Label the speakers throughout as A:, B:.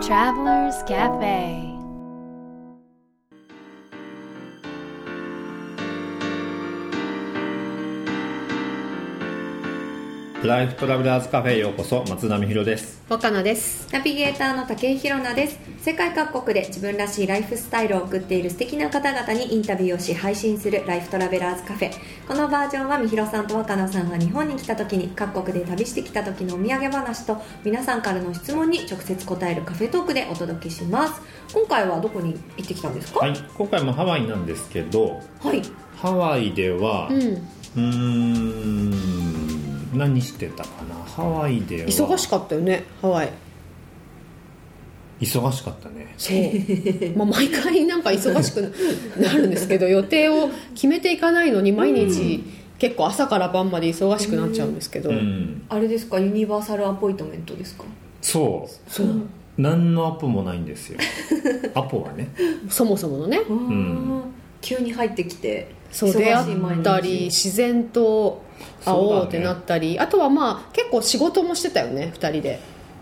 A: Travelers Cafe
B: ライフトラベラーズカフェへようこそ松並博です
C: 若野です
D: ナビゲーターの竹井宏奈です世界各国で自分らしいライフスタイルを送っている素敵な方々にインタビューをし配信するライフトラベラーズカフェこのバージョンはみひろさんと若野さんが日本に来た時に各国で旅してきた時のお土産話と皆さんからの質問に直接答えるカフェトークでお届けします今回はどこに行ってきたんですか
B: はい今回もハワイなんですけど
D: はい
B: ハワイでは
C: うん
B: うーん何してたかなハワイでは
C: 忙しかったよねハワイ
B: 忙しかったね
C: そうまあ毎回なんか忙しくなるんですけど予定を決めていかないのに毎日結構朝から晩まで忙しくなっちゃうんですけど、
B: うん
D: あれですかユニバーサルアポイントメントですか
B: そう
C: そう
B: 何のアポもないんです よアポはね
C: そもそものね
D: うーん急に入ってきて
C: そう
D: 忙しい
C: 出
D: 毎日
C: 会ったり自然と会おう
B: そ
C: って
B: うだね
C: なったり、あとはまあ結構仕事もしてたよね2人で、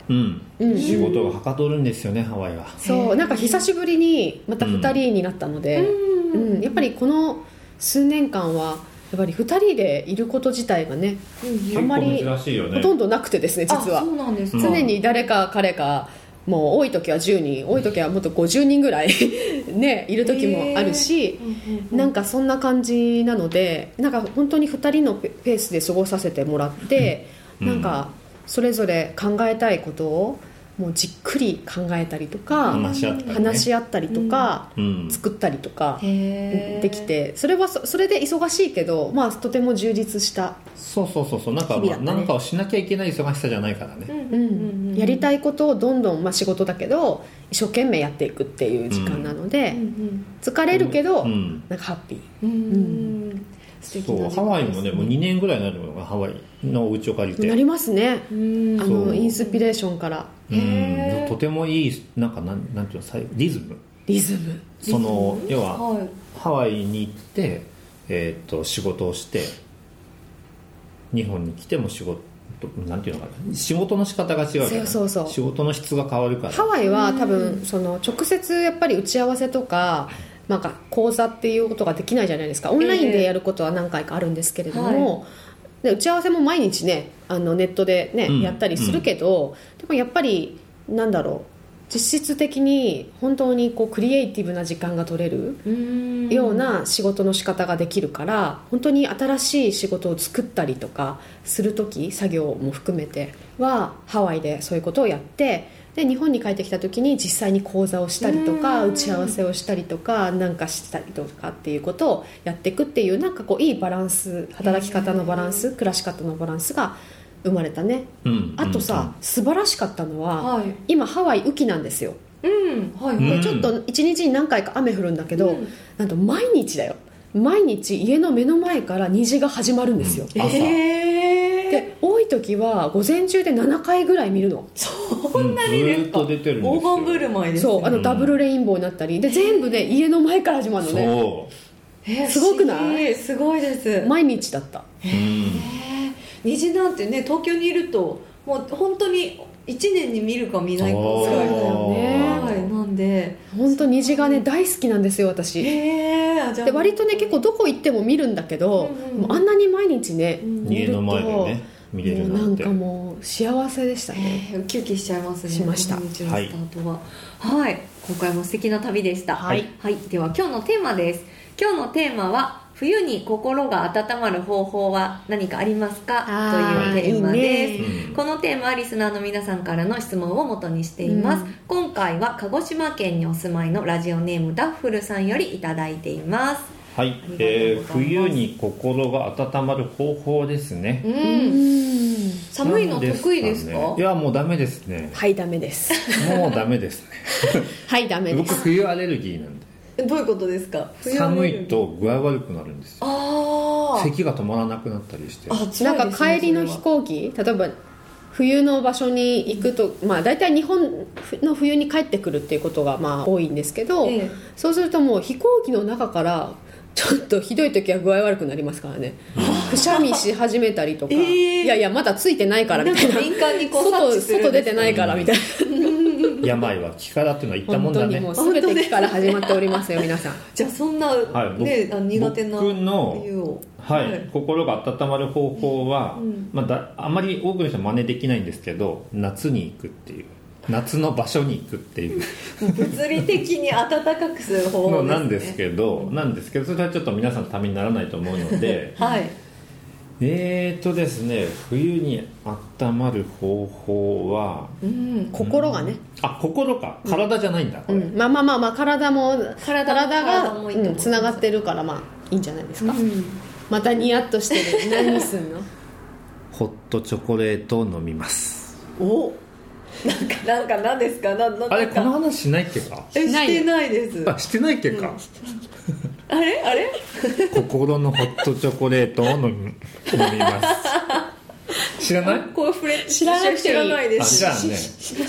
B: うん
C: うん、
B: 仕事がはかどるんですよねハワイは
C: そうなんか久しぶりにまた2人になったので、
D: う
C: うんんやっぱりこの数年間はやっぱり2人でいること自体がね
D: うん
C: あんまり
B: 結構珍しいよね
C: ほとんどなくてですね実
D: あ
C: は
D: そうなんですか
B: うん
C: 常に誰か彼かもう多い時は10人多い時はもっと50人ぐらい ねいる時もあるし、なんかそんな感じなのでなんか本当に2人のペペースで過ごさせてもらって、
B: うん
C: なんかそれぞれ考えたいことをもうじっくり考えたりとか、
B: 話し合ったり、ね、
C: 話
B: 合
C: し合ったりとか、
B: うん
C: 作ったりとか、
D: へー
C: できてそれはそそれで忙しいけど、まあ、とても充実した、
B: そうそうそうそうなんか、
C: 日
B: まあ
C: 々だったね
B: なんかをしなきゃいけない忙しさじゃないからね、
D: うん
C: う
D: うんんうんうん
C: やりたいことをどんどん、まあ、仕事だけど一生懸命やっていくっていう時間なので、
D: うん
C: 疲れるけど、
B: うん
C: なんかハッピー
D: うんうん素敵
B: そう
D: な時間ですね
B: ハワイもねもう2年ぐらいになるのがハワイのお家を借りて
C: なりますね
D: うん
C: あ
B: そ
C: の
B: う
C: インスピレーションから
B: う
D: へ
B: ん
D: ー
B: とてもいいなんかなんなんていうのさいリズム
C: リズム
B: その要は
D: はい
B: ハワイに行って、えー、と仕事をして日本に来ても仕事なんていうのかな仕事の仕方が違うから、ね、
C: そうそうそう
B: 仕事の質が変わるから
C: ハワイは多分その直接やっぱり打ち合わせとかなんか講座っていうことができないじゃないですかオンラインでやることは何回かあるんですけれども、で打ち合わせも毎日ねあのネットで、ね
B: うん
C: やったりするけど、でもやっぱりなんだろう実質的に本当にこうクリエイティブな時間が取れる
D: うん
C: ような仕事の仕方ができるから本当に新しい仕事を作ったりとかする時作業も含めてはハワイでそういうことをやってで日本に帰ってきた時に実際に講座をしたりとか
D: うん
C: 打ち合わせをしたりとかなんかしたりとかっていうことをやっていくっていうなんかこういいバランス働き方のバランス暮らし方のバランスが生まれたね
B: うん
C: あとさ、素晴らしかったのは、
D: はい
C: 今ハワイ雨季なんですよ
D: うんはいうは
B: ん
D: い
C: ちょっと一日に何回か雨降るんだけど、
D: うん
C: なんと毎日だよ毎日家の目の前から虹が始まるんですよ、
B: うん朝
D: へー
C: で多い時は午前中で7回ぐらい見るの
D: こんなに
B: うんずー
D: です
B: っ
D: か
B: と出てるんですよ
D: 黄金ブルマイですね
C: そうあのダブルレインボーになったりで全部ね家の前から始まるのね
B: そ
D: へー
C: すごくない
D: 不思議すごいです
C: 毎日だった
B: う、うん
D: へー虹なんてね東京にいるともう本当に一年に見るか見ないかぐらいだよ
C: そう
B: だよね
D: はいなんで
C: 本当虹がね大好きなんですよ私
D: へえ
C: で割とね結構どこ行っても見るんだけど、
D: うんうん
C: もうあんなに毎日ね、
D: うん
C: 見
B: 家
C: ると
B: の前でね見れる
C: も
B: な
C: うなん
B: んて
C: かもう幸せでしたね
D: えーウキウキしちゃいますね
C: しました
D: この日のスタートははい、今回も素敵な旅でした
C: はい
D: では今日のテーマです今日のテーマは冬に心が温まる方法は何かありますか
C: あー
D: というテーマです
C: いいね
B: うん
D: このテーマはリスナーの皆さんからの質問を元にしています、
C: うん
D: 今回は鹿児島県にお住まいのラジオネームダッフルさんよりいただいています
B: はい
D: りがとうございます、
B: えー冬に心が温まる方法ですね
D: うん、
C: うん
D: 寒いの得意です
B: なん
D: か
B: ねいやもうダメですね
C: はいダメです
B: もうダメ ですね
C: はいダメで
B: 僕
C: す
B: 冬アレルギーなんで
D: どういうことですか冬の
B: 寒
D: 夜
B: いと具合悪くなるんですよ
D: あー
B: 咳が止まらなくなったりして
D: あ辛いですね
C: なんか帰りの
D: それ
C: 飛
D: は
C: 行機例えば冬の場所に行くと、まあ、大体日本の冬に帰ってくるっていうことがまあ多いんですけど、
D: ええ
C: そうするともう飛行機の中からちょっとひどい時は具合悪くなります からねくしゃみし始めたりとか、
D: ええ
C: いやいやまだついてないからみたいな
D: なんか敏感にこう
C: 外
D: 察知するん
C: 外
D: で
C: 出
D: す
C: て
D: ね
C: ないからみたいな
B: 病は気からっていうのは言ったも
C: 本
B: ん
C: 当
B: だ
C: に
B: ね
C: もう全て木から始まっておりますよ皆さん
D: じゃあそんな、
B: はい
D: ね、
B: 僕
D: あの苦手な
B: 僕の
D: 理由を
B: はい、心が温まる方法は、
D: うん
B: まあ、だあまり多くの人は真似できないんですけど夏に行くっていう夏の場所に行くっていう
D: 物理的に暖かくする方法
B: の
D: です、ね、
B: なんですけど、なんですけどそれはちょっと皆さんのためにならないと思うので
D: はい
B: えーとですね冬に温まる方法は
D: うん
C: 心がね、
B: あ心か体じゃないんだ、こ
C: う
B: れ
C: ん、まあまあまあまあ体も
D: 体も体
C: が
D: もいいと思います
C: つながってるからまあいいんじゃないです
D: う
C: か、
D: ん
C: またニヤッとしてる何 すんの
B: ホットチョコレートを飲みます
D: おなんかなんか何ですかなんなんか
B: あれこの話しないっけか
D: え
C: しな
D: し
C: い
D: てないです
B: あしてないっけか、
D: あれあれ
B: 心のホットチョコレートを飲み飲みます 知らない
D: こう触れ
C: 知らなくていい
D: 知らないで
B: あ
D: す
B: 知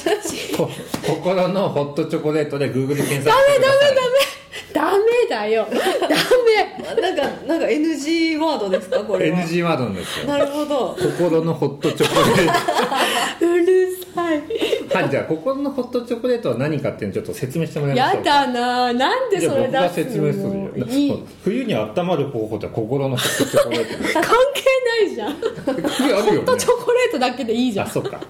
B: らんねこ心のホットチョコレートで Google で検索してください
C: ダメだ よダメ
D: なんかなんか NG ワードですかこれは
B: NG ワードなんですよ
D: なるほど
B: 心のホットチョコレー
C: うるさい
B: ト はいじゃあ心のホットチョコレートは何かっていうのをちょっと説明してもらいましょ
C: や
B: う
C: だななんで
B: じゃ
C: そ
B: あ
C: れ
B: 僕が
C: 出す
B: 説
C: の
B: 明するよ
C: い
B: そう
C: い
B: 冬に温まる方法って心のホットチョコレー
C: 関係ないじゃんホ
B: ト冬あるよ
C: ット
B: ね
C: チョコレートだけでいいじゃ
B: あ
C: ん
B: そっか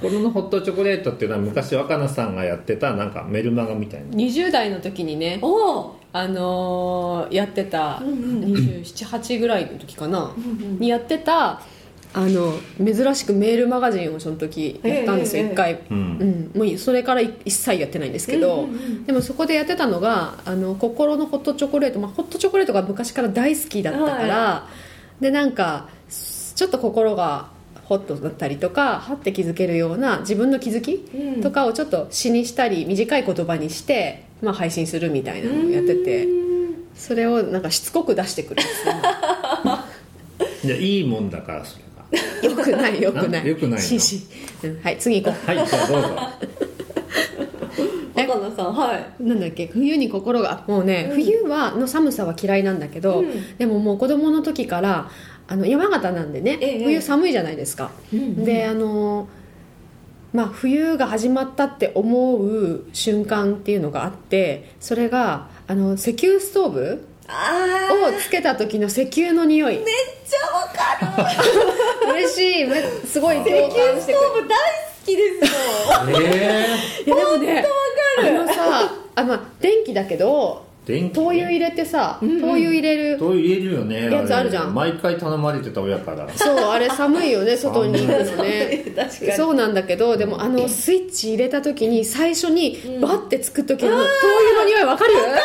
B: 心のホットチョコレートっていうのは昔若菜さんがやってたなんかメルマガみたいな
C: 20代の時にね
D: おお
C: あのーやってた278ぐらいの時かな、にやってたあの珍しくメールマガジンをその時やったんです
D: え
C: よ、
D: えええ
C: 一回、
B: う
C: うんん、もうそれからい一切やってないんですけど、でもそこでやってたのがあの心のホットチョコレート、まあ、ホットチョコレートが昔から大好きだったから、でなんかちょっと心がホットだったりとかはって気づけるような自分の気づき
D: うん
C: とかをちょっと詩にしたり短い言葉にして、まあ、配信するみたいなのをやっててそれをなんかしつこく出してくるん ですよ
B: じゃあいいもんだからそれが
C: よくないよくない
B: よくないの
C: しし、 うんはい次行こ
B: はいじゃあどうぞ
C: え
D: 若菜さんは
C: うなんだっけ冬に心がもうね、冬はの寒さは嫌いなんだけど、
D: うん
C: でももう子供の時からあの山形なんでね、
D: ええ
C: 冬寒いじゃないですか、
D: い、うん
C: であのまあ冬が始まったって思う瞬間っていうのがあってそれがあの石油ストーブ
D: ああ
C: をつけた時の石油の匂い
D: めっちゃわかる
C: 嬉しいめすごい
D: 石
C: 共
D: 油
C: 感し
D: ス
C: て
D: ト
C: くれる
D: ーブ大好きです
B: え
D: よ
C: いやでもねあのさあ、まあ、電気だけど
B: ー、電気
C: 灯油入れてさ灯油入れる
B: 灯油入れるよね
C: やつあるじゃん
B: れ毎回頼まれてた親から
C: そうあれ寒いよ ね外に行くのね
D: 確かに
C: そうなんだけどでもあのスイッチ入れた時に最初にバッてつく時の灯油の匂いわかるわかり
D: で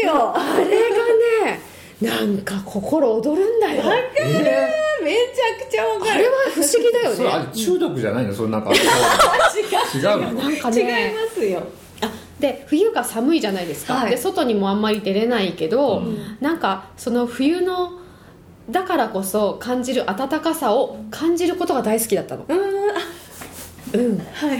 D: すよ
C: あれがねなんか心躍るんだよ
B: え
D: めちゃくちゃわ
C: あ
D: か
C: れ
D: る
C: は不思議だ
B: ー、それ
C: よ
B: あ
C: ね
B: れ中毒じゃないのそれなんか違うの
C: なんか
D: 違い
C: ね
D: ますよ
C: あで冬が寒いじゃないですか、
D: はい
C: で外にもあんまり出れないけど、
B: うん
C: なんかその冬のだからこそ感じる暖かさを感じることが大好きだったの
D: うーんあ
C: うん
D: はいはい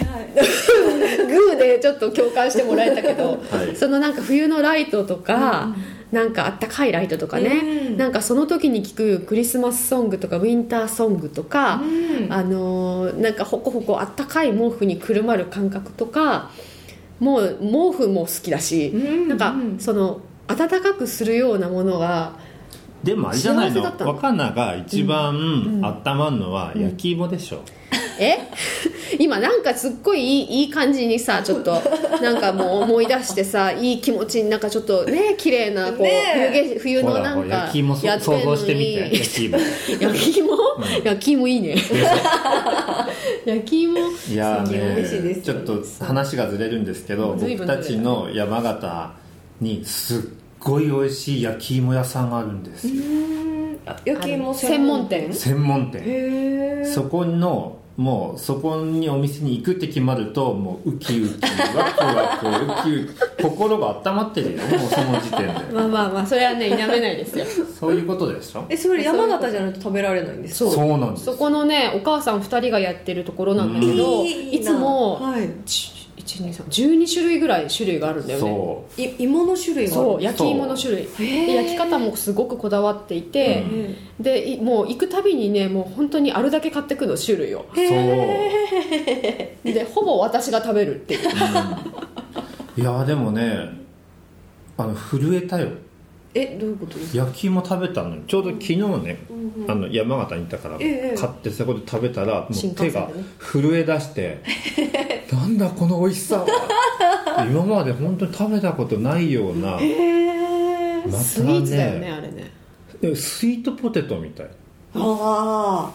C: グーでちょっと共感してもらえたけど、
B: はい
C: そのなんか冬のライトとか、なんかあったかいライトとかね、
D: うん
C: なんかその時に聴くクリスマスソングとかウィンターソングとか、
D: うん
C: あのーなんかほこほこあったかい毛布にくるまる感覚とかもう毛布も好きだし、
D: うん
C: なんか
D: うん
C: その暖かくするようなものが
B: でもあれじゃないの
C: 幸せだったの
B: 若菜が一番、温まるのは焼き芋でしょ、
C: え今なんかすっごいいいいい感じにさちょっとなんかもう思い出してさいい気持ちになんかちょっとね綺麗なこう、
D: ねえ
C: 冬げ冬
B: ほ
C: の
B: ら
C: な
B: ほ
C: ん
B: ら
C: か
B: 焼き芋そ
C: や
B: 想
C: ってんのに
B: 像してみて焼き芋
C: 焼き芋、
B: ん
C: 焼き芋い いね焼き芋
B: いや
D: 焼き芋美味しいで
B: ー
D: す
B: ねちょっと話がずれるんですけど
C: 随
B: 僕
C: 分ずれ
B: た
C: る
B: ちの山形にすっごい美味しい焼き芋屋さんがあるんですよ
D: あ焼き芋
C: 専門店
B: 専門店
D: へえ
B: そこのもうそこにお店に行くって決まるともうウキウキワクワクウキウキ心が温まってるよもうその時点 で
C: まあまあまあそれはね否めないですよ
B: そういうことでしょ
D: えそれ山形じゃないと食べられないんですか
C: そう
B: そうなんです
C: そこのねお母さん2人がやってるところなんだけど
D: いいない
C: つも
D: はい
C: ち12種類ぐらい種類があるんだよね
B: そ
D: い芋の種類は
C: そう焼き芋の種類で焼き方もすごくこだわっていて、でいもう行くたびにねもう本当にあるだけ買ってくの種類を
B: うそう、
C: でほぼ私が食べるっていう
B: うんいやでもねあの震えたよ
D: えどういうことですか
B: 焼き芋食べたのにちょうど昨日ね、あの山形にいたから
D: え
B: 買っ
D: え
B: てそこで食べたらもう
C: 新幹
B: 手
C: 線でね
B: が震え出 して「なんだこの美味しさは」今まで本当に食べたことないような
D: へえ
B: ま
C: ス
B: た
C: イーツだよね
B: ね
C: あれね
B: スイートポテトみたい
D: あ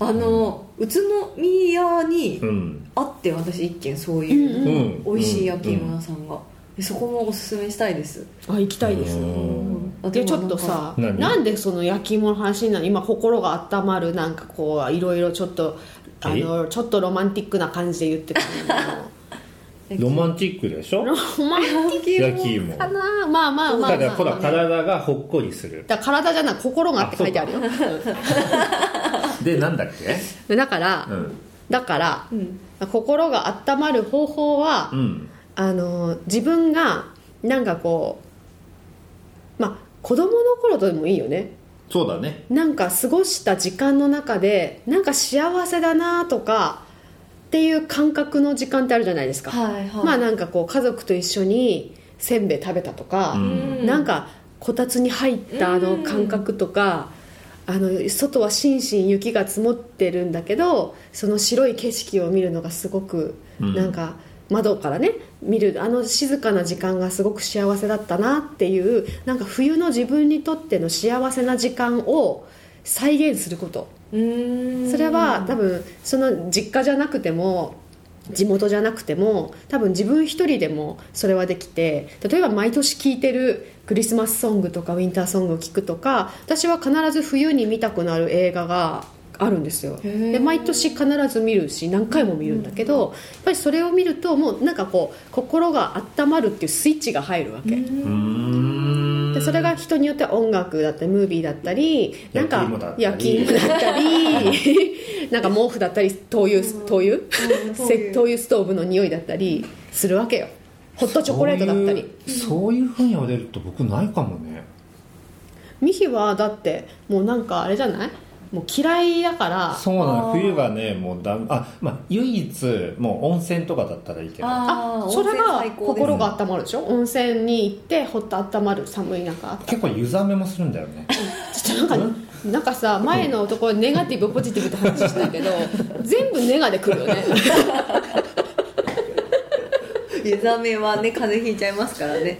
D: ああの宇都宮に
B: うん
D: あって私一軒そういううん美味しい焼き芋屋さんが、でそこもおすすめしたいです
C: あ行きたいです
B: うん
D: あ
C: で
D: も
C: ちょっとさ
B: なんか何
C: なんでその焼き芋の話になる今心が温まるなんかこういろいろちょっとあのちょっとロマンティックな感じで言ってたの
D: なんか
B: ロマンチックでしょ
C: ロマンティッ
D: 焼
B: 焼
D: き
B: き芋
C: クか
B: だ
C: なまあまあまあまあ、
B: からほら
C: まあね
B: 体がほっこりする
C: だから体じゃない心がって書いてあるよ
B: でなんだっけ
C: でだから、
B: うん
C: だから
D: うん
C: 心が温まる方法は、
B: うん
C: あの自分がなんかこうまあ子供の頃とでもいいよね
B: そうだね
C: なんか過ごした時間の中でなんか幸せだなとかっていう感覚の時間ってあるじゃないですか、
D: はいはい
C: まあなんかこう家族と一緒にせんべい食べたとか、
B: う
C: なんかこたつに入ったあの感覚とか、あの外はしんしん雪が積もってるんだけどその白い景色を見るのがすごく、
B: うん
C: なんか窓からね見るあの静かな時間がすごく幸せだったなっていうなんか冬の自分にとっての幸せな時間を再現すること
D: うん
C: それは多分その実家じゃなくても地元じゃなくても多分自分一人でもそれはできて例えば毎年聴いてるクリスマスソングとかウィンターソングを聴くとか私は必ず冬に見たくなる映画があるんですよ
D: へー
C: で毎年必ず見るし何回も見るんだけど、やっぱりそれを見るともうなんかこう心が温まるっていうスイッチが入るわけ、
B: うーん
C: でそれが人によっては音楽だったりムービーだったりなんか
B: 焼
C: 焼
B: き芋
C: き芋だったりなんか毛布だったり灯油灯油
D: 灯油
C: せ灯油ストーブの匂いだったりするわけよホットチョコレートだったり
B: そういうふうに言われると僕ないかもね
C: ミヒはだってもうなんかあれじゃないもう嫌いだから
B: そうな
D: あ
B: の
D: ー
B: 冬がねもうだんあまあ唯一もう温泉とかだったらいいけど
D: あ
C: あ
D: あ
C: それが
B: です
C: 心が温まるでしょ温泉に行ってほっと温まる寒い中あった
B: 結構湯冷めもするんだよね
C: ちょっとなんかなんかさ前のところネガティブポジティブって話したけど全部ネガでくるよね
D: 湯冷めはね風邪ひいちゃいますからね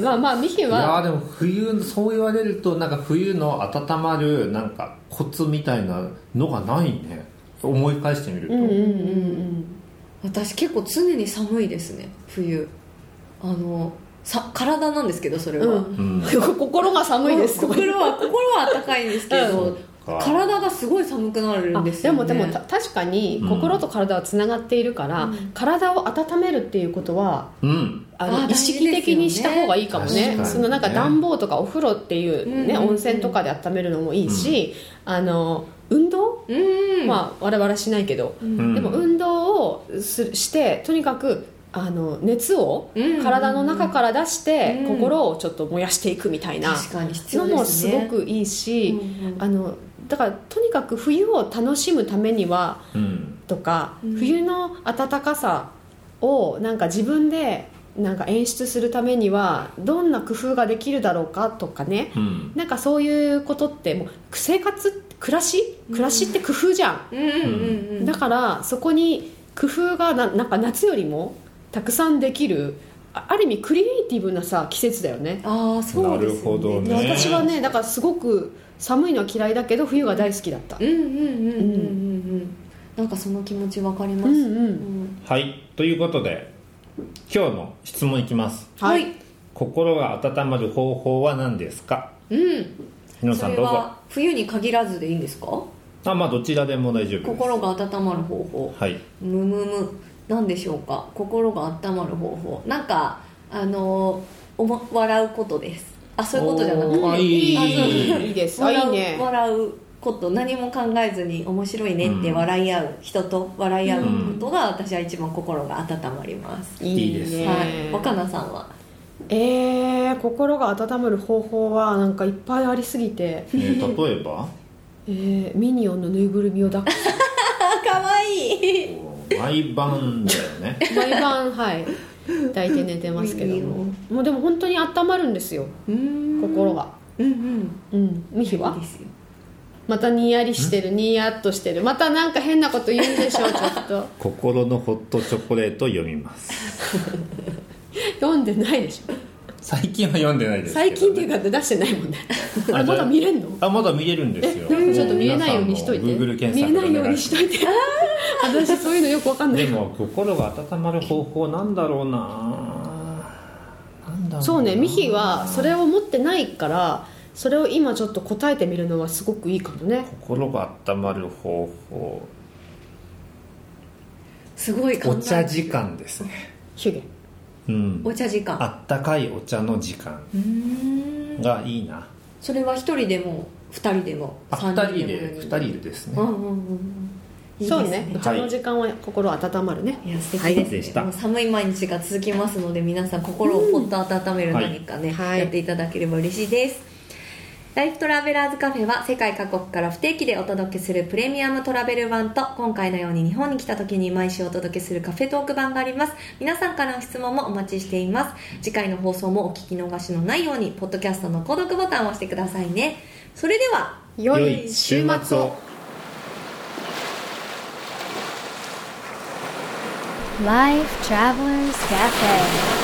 C: まあまあミヒ
B: いやー
C: は
B: でも冬そう言われるとなんか冬の温まるなんかコツみたいなのがないね思い返してみると、
C: うんうんうん
D: 私結構常に寒いですね冬あのさ体なんですけどそれは、
C: うん
B: うん
C: 心が寒いですとか
D: 心 は心は暖かいんですけど、
B: うん
D: 体がすごい寒くなるんですよ、ね、
C: あでもでもた確かに
B: うん
C: 心と体はつながっているから、
D: うん
C: 体を温めるっていうことは
B: うん
C: あの
D: あ
C: 意識的にした方がいいかも
B: 大事
C: ね
B: ですよね
C: そのなんか
B: 確かにね
C: 暖房とかお風呂っていう、ね
D: うんうんうん
C: 温泉とかで温めるのもいいし、あの運動、
D: うん
C: まあ我々はしないけど、
B: うん
C: でも運動をすしてとにかくあの熱を
D: うん
C: 体の中から出して、
D: うん
C: 心をちょっと燃やしていくみたいな
D: 確かに必
C: の
D: 要ですね
C: もすごくいいし、
D: うんうん
C: あのだからとにかく冬を楽しむためには
B: うん
C: とか、
D: うん
C: 冬の暖かさをなんか自分でなんか演出するためにはどんな工夫ができるだろうかとかね
B: うん
C: なんかそういうことってもう生活暮らし暮らしって工夫じゃん、
D: うんうんうん
C: だからそこに工夫がななんか夏よりもたくさんできるあある意味クリエイティブなさ季節だよね
D: ああそうですよね
B: なるほどね
C: 私はねだからすごく寒いのは嫌いだけど冬が大好きだった
D: うんうんうんうんうんうんなんかその気持ちわかります、
C: うん
D: ん
C: うん
B: はいということで今日の質問いきます
C: はい、
B: 心が温まる方法は何ですか
D: うん
B: 日野
D: そ
B: さん
D: れ
B: どうぞ
D: は冬に限らずでいいんですか
B: あまあどちらでも大丈夫です
D: 心が温まる方法
B: はい
D: むむむなんでしょうか心が温まる方法なんかあのおも笑うことですあそういうことじゃなく
B: おー
D: て
B: いい
D: あそう
C: いいですあ
D: 笑
C: いういね
D: 笑うこと何も考えずに面白いねって笑い合う人と笑い合うことが私は一番心が温まります、
B: いいです
C: ね
D: はい若菜さんは
C: えー、心が温まる方法はなんかいっぱいありすぎて、
B: えー例えば
C: えー、ミニオンのぬいぐるみを抱っこす
D: あ可愛い
B: こう毎晩だよね
C: る 毎晩はい抱いて寝てますけど
D: ミニオ
C: も
D: ン
C: もうでも本当に温まるんですよ心
D: 心
C: が
D: うんうん
C: うんミヒ
D: いい
C: は
D: ですよ
C: またニヤリしてるニヤっとしてるまたなんか変なこと言うんでしょうちょっと
B: 心のホットチョコレート読みます
C: 読んでないでしょ
B: 最近は読んでないですけどね、
C: 最近っていうか出してないもんね
B: あ
C: あれまだ見れんの
B: あまだ見れるんですよ
C: ちょっと見えないようにしといて
B: もう皆さんも Google 検
C: 見え
B: 索
C: ないようにしといて私そういうのよくわかんない
B: でも心が温まる方法なんだろうななんだろうな
C: そうねミヒはそれを持ってないからそれを今ちょっと答えてみるのはすごくいいかもね
B: 心が温まる方法
D: すごい考え
B: お茶時間ですね
C: ヒュゲ
B: うん
D: お茶時間
B: あったかいお茶の時間
D: うーん
B: がいいな
D: それは一人でも二人でも
B: あ
D: 三
B: 2
D: 人
B: 人
D: でも
B: で2人でです
D: うん
B: ね
D: うんうんうんいいです
C: そうねお茶の時間は心温まるね、
D: いや素敵です
B: はいで
D: ね、
B: した
D: もう寒い毎日が続きますので皆さん心をほっと温める何かね、
C: うんはい
D: やっていただければ嬉しいです、ライフトラベラーズカフェは世界各国から不定期でお届けするプレミアムトラベル版と今回のように日本に来た時に毎週お届けするカフェトーク版があります皆さんからの質問もお待ちしています次回の放送もお聞き逃しのないようにポッドキャストの購読ボタンを押してくださいねそれでは
C: 良
B: 良
C: い週末を
A: Life Travelers Cafe.